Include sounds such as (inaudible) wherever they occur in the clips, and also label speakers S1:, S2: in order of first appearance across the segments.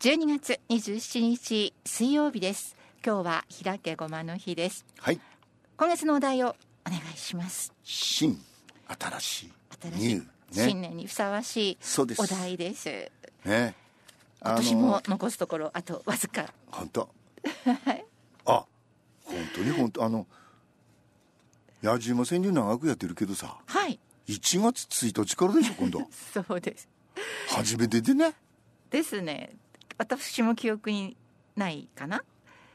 S1: 12月27日水曜日です今日は開けごまの日です
S2: はい
S1: 今月のお題をお願いします
S2: 新新しい
S1: 新しい
S2: ニュー
S1: 新
S2: ね
S1: 年にふさわしい
S2: そうです
S1: お題です
S2: ねあ
S1: 今
S2: の
S1: 年も残すところあとわずか
S2: 本当あ本当に本当あの野獣も川柳長くやってるけどさ
S1: はい
S2: 1月1日からでしょ
S1: (laughs)
S2: 今度
S1: そうです
S2: 初めてでね
S1: ですね私も記憶にないかな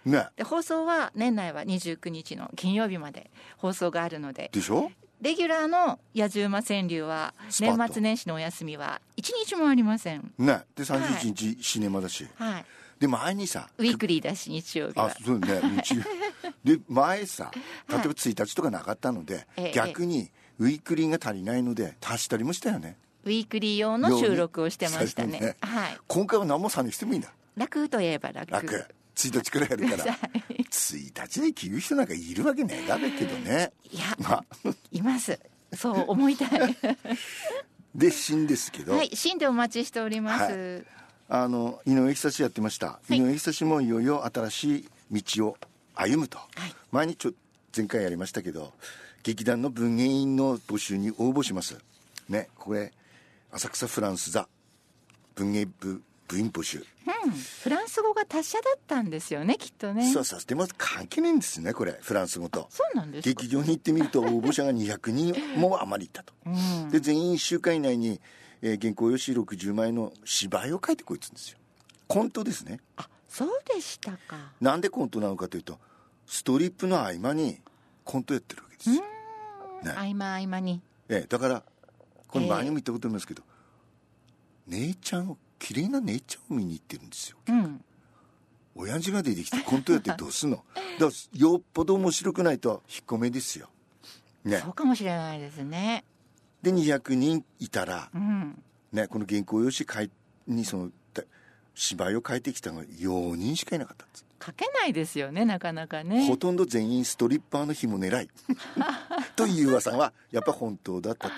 S2: ね
S1: で放送は年内は29日の金曜日まで放送があるので
S2: でしょ
S1: レギュラーの野獣馬川柳は
S2: スパッ
S1: 年
S2: と
S1: 末年始のお休みは一日もありません
S2: ねで31日、シネマだし
S1: はい
S2: で前にさ
S1: ウィークリーだし日曜日
S2: あ
S1: は
S2: そうね日曜で前さ例えば1日とかなかったので、
S1: ええ
S2: 逆にウィークリーが足りないので足したりもしたよね
S1: ウィークリー用の収録をしてましたね
S2: そうですね
S1: はい
S2: 今回は何もさにしてもいいんだ
S1: 楽といえば楽
S2: 楽1日からやる
S1: (laughs)
S2: から1日で着る人なんかいるわけねえだべけどね
S1: いや
S2: まあ
S1: いますそう思いたい
S2: で新です (laughs) けど、
S1: はい新でお待ちしております
S2: あの井上久志やってました、
S1: い
S2: 井上久志もいよいよ新しい道を歩むと、前にちょ前回やりましたけど劇団の文芸員の募集に応募しますねこれ浅草フランス座文芸部部員募集、
S1: うんフランス語が達者だったんですよねきっとね
S2: そ
S1: そう
S2: うそうでも関係ないんですねこれフランス語と
S1: なんですか
S2: 劇場に行ってみると応募者が200人も余りいたと、で全員1週間以内に、えー原稿用紙60枚の芝居を書いてこいっつうんですよコントですね
S1: あそうでしたか
S2: なんでコントなのかというとストリップの合間にコントやってるわけですよ、
S1: 合間合間に
S2: ええ、だからこれ
S1: ええ
S2: 前にも言ったことありますけど、姉ちゃんを綺麗な姉ちゃんを見に行ってるんですよ
S1: うん
S2: 親父が出てきてコントやってどう
S1: (laughs)
S2: すんのだからよっぽど面白くないと引っ込めですよね
S1: そうかもしれないですね
S2: で200人いたら
S1: う、ん
S2: ね、この原稿用紙かいにそのた芝居を書いてきたのが4人しかいなかったんです
S1: 書けないですよねなかなかね
S2: ほとんど全員ストリッパーの日
S1: (laughs)
S2: も狙いという噂はやっぱ本当だったと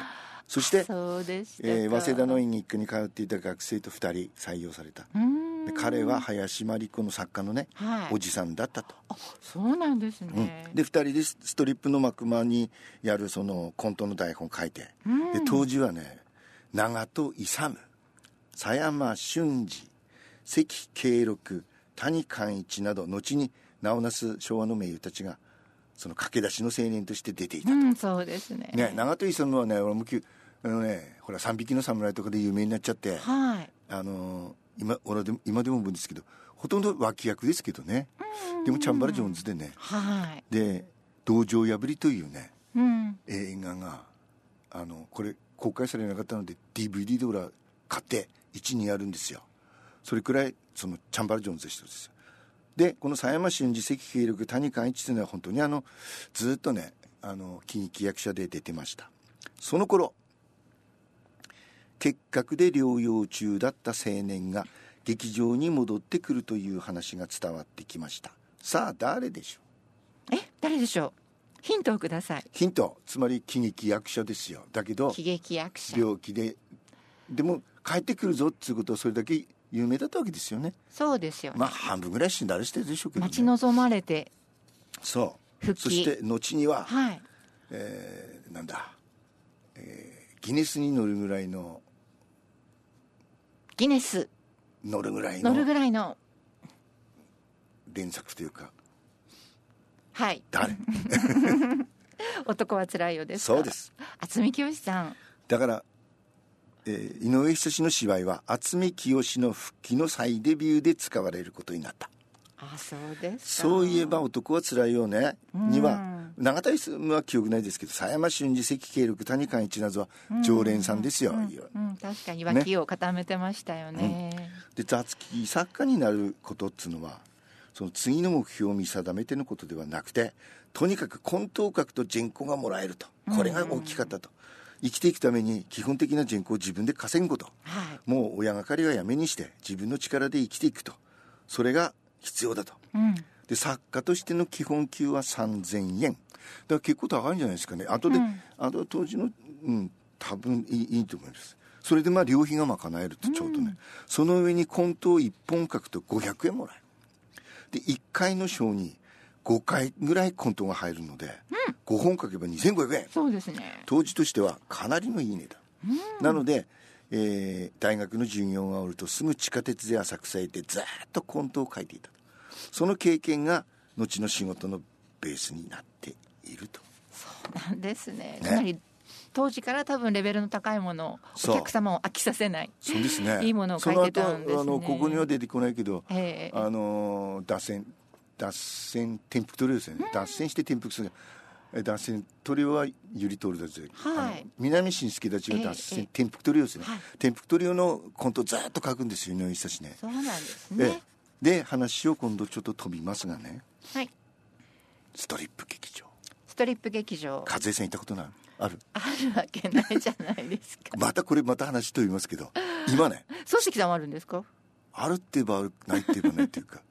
S2: そして、
S1: そうでしたか
S2: えー早稲田の演劇科に通っていた学生と2人採用された
S1: うーん
S2: で彼は林真理子の作家のね、
S1: はい
S2: おじさんだったと、
S1: そうなんです
S2: うん
S1: ね、
S2: で2人でスストリップの幕間にやるそのコントの台本書いて、で当時はね長門勇佐山俊二関慶六谷寛一など後に名をなす昭和の名優たちがその駆け出しの青年として出ていた
S1: う、んそうですね
S2: ね、長門勇はね俺もきゅあのねほら「三匹の侍」とかで有名になっちゃって、
S1: はい
S2: あのー今俺でも今でも思うんですけどほとんど脇役ですけどね、でもチャンバラ・ジョーンズでね
S1: はい
S2: で「道場破り」というね
S1: うん
S2: 映画があのこれ公開されなかったので DVD で俺は買って1にやるんですよそれくらいそのチャンバラ・ジョーンズでしたんですよでこの狭山俊二関慶力谷寛一というのは本当にあのずっとねあの喜劇役者で出てましたその頃結核で療養中だった青年が劇場に戻ってくるという話が伝わってきましたさあ誰でしょう
S1: え誰でしょうヒントをください
S2: ヒントつまり喜劇役者ですよだけど
S1: 喜劇役者
S2: 病気ででも帰ってくるぞっていうことはそれだけ有名だったわけですよね
S1: そうですよね、
S2: まあ半分ぐらい死んだりしてるでしょうけど、
S1: 待ち
S2: ね、
S1: 望まれて
S2: そう
S1: 復帰
S2: そして後には、
S1: はい
S2: えーなんだ、えーギネスに乗るぐらいの
S1: ギネス
S2: 乗るぐらい
S1: 乗る
S2: の
S1: ぐらいの
S2: 連作というか
S1: はい
S2: 誰 (laughs)
S1: 男は辛いよですか
S2: そうです
S1: 渥美清さん
S2: だから、えー井上久志の芝居は渥美清の復帰の再デビューで使われることになった
S1: あそうですか
S2: そういえば男はつらいよねには永田勇は記憶ないですけど狭山俊二関慶六谷寛一などは常連さんですよ、
S1: うん確かに脇を固めてましたよね
S2: で雑記作家になることっつうのはその次の目標を見定めてのことではなくてとにかく混沌格と人口がもらえるとこれが大きかったと、生きていくために基本的な人口を自分で稼ぐこと
S1: はい
S2: もう親がかりはやめにして自分の力で生きていくとそれが必要だと
S1: うん
S2: で作家としての基本給は3000円だから結構高いんじゃないですかねあとで、あと当時のうん多分いいいいと思いますそれでまあ旅費が賄えるとちょうどね、その上に混沌一本書くと500円もらえるで1回の章に5回ぐらい混沌が入るので、5本書けば2500円
S1: そうですね。
S2: 当時としてはかなりのいい値段、なので、えー大学の授業が終わるとすぐ地下鉄で浅草へ行ってずーっと混沌を書いていたとその経験が後の仕事のベースになっていると
S1: なん (laughs) ですね。
S2: ね
S1: かなり当時から多分レベルの高いものを
S2: そ
S1: お
S2: う
S1: 客様を飽きさせない。
S2: そうですね
S1: いいものを書いてたんですね
S2: その後あのここには出てこないけど、
S1: (laughs) ええ
S2: あの脱線脱線転覆トリオですよね、脱線して転覆するえ脱線トリオはゆりトルだぜ、
S1: はい
S2: あの南新助たちが脱線、
S1: ええ
S2: 転覆トリオですね、
S1: はい
S2: 転覆トリオのコントをずーっと書くんですよ井上久志ね
S1: そうなんです
S2: え
S1: ね。
S2: えで話を今度ちょっと飛びますがね
S1: はい。
S2: ストリップ劇場
S1: ストリップ劇場
S2: 和江さん行ったことないある
S1: あるわけないじゃないです
S2: (laughs)
S1: か。
S2: またこれまた話飛びますけど今ね
S1: 漱石さんはあるんですか。
S2: あるって言えばあるないって言えばないってい
S1: (laughs)
S2: うか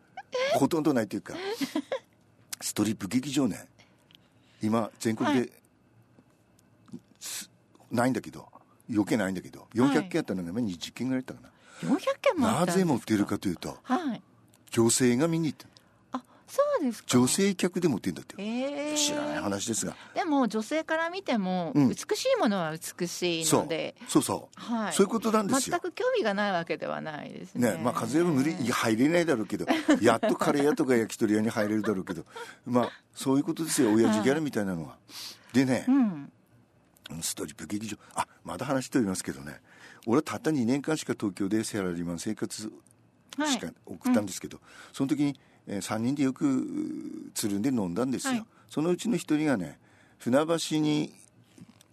S2: ほとんどないっていうかストリップ劇場ね今全国で、
S1: は
S2: すないんだけど余計ないんだけど400件あったのが今20件ぐらいあったか
S1: 400件も
S2: な、
S1: あったんで
S2: な
S1: す
S2: ぜ
S1: か
S2: 持っているかというと
S1: はい。
S2: 女性が見に行った
S1: あ、そうですか。
S2: 女。性客で持ってるんだってよ、
S1: ええ
S2: 知らない話ですが
S1: でも女性から見ても
S2: うん
S1: 美しいものは美しい
S2: そ
S1: の
S2: う
S1: で、
S2: そうそう、
S1: はい。
S2: そういうことなんですよ
S1: 全く興味がないわけではないですね。
S2: ねまあ和江は無理いや入れないだろうけどやっとカレー屋とか焼き鳥屋に入れるだろうけどまあそういうことですよ親父ギャルみたいなのは、でね、
S1: うん。
S2: ストリップ劇場あまだ話しておりますけどね俺はたった2年間しか東京でセラリーマン生活
S1: はい
S2: しか送ったんですけど、その時に、え3人でよくうーつるんで飲んだんですよ、
S1: はい
S2: そのうちの1人がね船橋に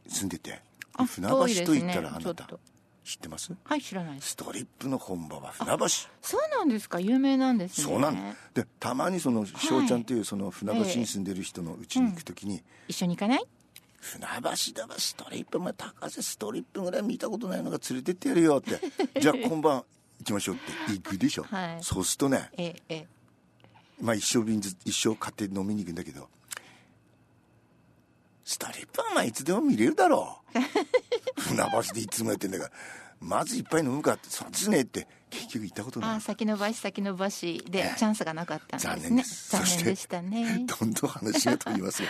S2: 住んでて
S1: あ
S2: 船橋と言った
S1: 遠
S2: らあ
S1: いですね
S2: な
S1: ちょ
S2: た、
S1: っと
S2: 知ってます
S1: はい、知らないです。
S2: ストリップの本場は船橋
S1: そうなんですか。有名なんですね。
S2: そうなんだでたまにその翔ちゃんというその船橋に住んでる人のうちに行く時に、
S1: 一緒に行かない。
S2: 船橋だわストリップも高瀬ストリップぐらい見たことないのが連れてってやるよ
S1: (laughs)
S2: ってじゃあ今晩行きましょうって行くでしょ、
S1: はい
S2: そうするとね
S1: ええええ。
S2: まあ一生瓶ず一生買って飲みに行くんだけどストリップはまあいつでも見れるだろ
S1: (laughs)
S2: う船橋でいつもやってんだからまず一杯飲むかってそうですねって結局行ったこと
S1: あ
S2: な
S1: あ
S2: い
S1: 先延ばし先延ばしで
S2: ええ
S1: チャンスがなかったんですね
S2: 残念です
S1: 残
S2: そして
S1: 念でしたね
S2: どんどん話が飛
S1: (laughs)
S2: びますが、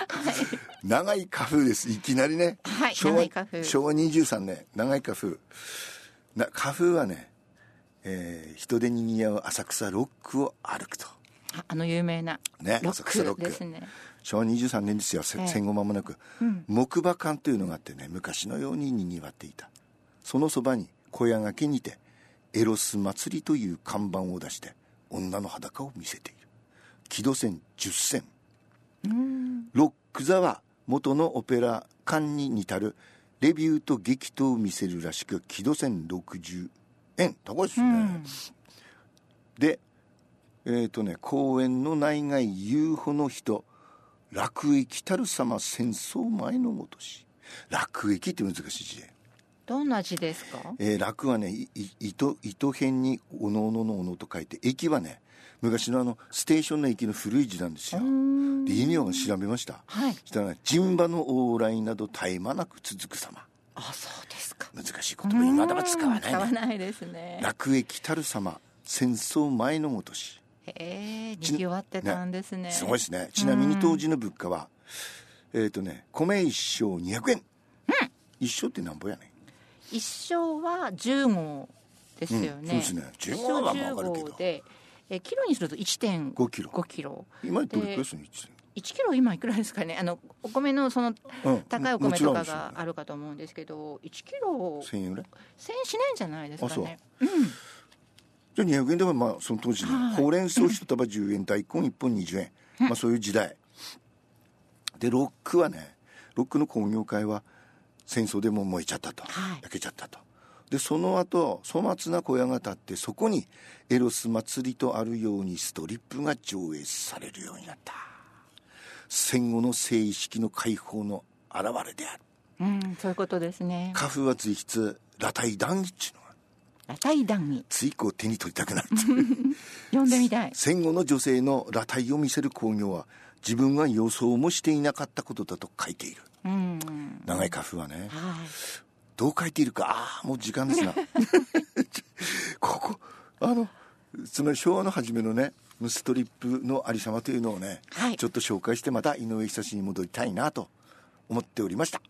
S2: 長い花風ですいきなりね、
S1: はい
S2: 昭和
S1: 長い花粉
S2: 昭和23年長い花風な花風はね、えー人でにぎわう浅草ロックを歩くと
S1: ああの有名な
S2: ね
S1: ロ
S2: 浅草
S1: ッ
S2: ロッ
S1: ク
S2: ク
S1: ですね
S2: 昭和23年ですよ、せ
S1: ええ
S2: 戦後間もなく、木馬館というのがあってね昔のようににぎわっていたそのそばに小屋掛けにてエロス祭りという看板を出して女の裸を見せている木戸線10線ロック座は元のオペラ館に似たるレビューと激闘を見せるらしく木戸線60円高いですね、でえっ、とね公園の内外遊歩の人楽駅たる様戦争前のもとし楽駅って難しい字で、
S1: どんな字ですか
S2: えー楽はねいい糸糸辺におのおののおのと書いて駅はね昔のあのステーションの駅の古い字なんですよで意味を調べました
S1: はい
S2: したらね陣馬の往来など絶え間なく続く様
S1: あそうですか
S2: 難しい言葉今では使わない
S1: 使わ
S2: ね
S1: ないですね
S2: 楽駅たる様戦争前のもとし
S1: へえ賑わってたんですね
S2: すごいですねちなみに当時の物価は、えっ、とね米一升200円、一升ってなんぼやね
S1: 一生は10号ですよね、
S2: うんそうですね10号はまあわかるけど
S1: 一生10号でえキロにすると1.5
S2: 5キロ
S1: 5キロ
S2: ん今どれくらいですの一
S1: 1キロ今いくらですかねあのお米のその
S2: うん
S1: 高いお米と
S2: もちろん
S1: か
S2: ですよね
S1: があるかと思うんですけど1キロ
S2: 千円ぐらい
S1: 1000円しないんじゃないですかね
S2: じゃあ200円でもまあその当時の、
S1: はい
S2: ほうれん草一束10円大根1本20円、まあそういう時代でロックはねロックの工業会は戦争でもう燃えちゃったと、
S1: はい
S2: 焼けちゃったとでその後粗末な小屋が建ってそこにエロス祭りとあるようにストリップが上映されるようになった戦後の性意識の解放の現れである
S1: うん、そういうことですね
S2: 花粉は随筆裸体談義っちゅうのが
S1: ラタイ談義
S2: ついこう手に取りたくなるっていう
S1: 読んでみたい
S2: 戦後の女性の裸体を見せる興行は自分が予想もしていなかったことだと書いている
S1: うん
S2: 長い花粉はね
S1: は
S2: どう書いているかああもう時
S1: (laughs)
S2: 間ですなここあのその昭和の初めのねストリップのありさまというのをね、
S1: はい
S2: ちょっと紹介してまた井上久志に戻りたいなと思っておりました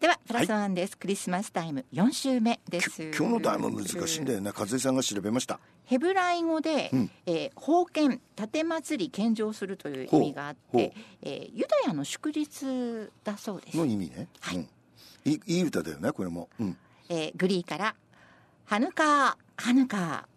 S1: ではプラスワンです、クリスマスタイム4週目です
S2: 今日の題も難しいんだよね和江さんが調べました
S1: ヘブライ語で、
S2: ん
S1: えー封建建祭り献上するという意味があっ
S2: ほう
S1: て
S2: ほ、
S1: えーユダヤの祝日だそうです
S2: の、意味ね、
S1: はい
S2: うん、いいいい歌だよねこれも、うん、
S1: えーグリーから「ハヌカーハヌカー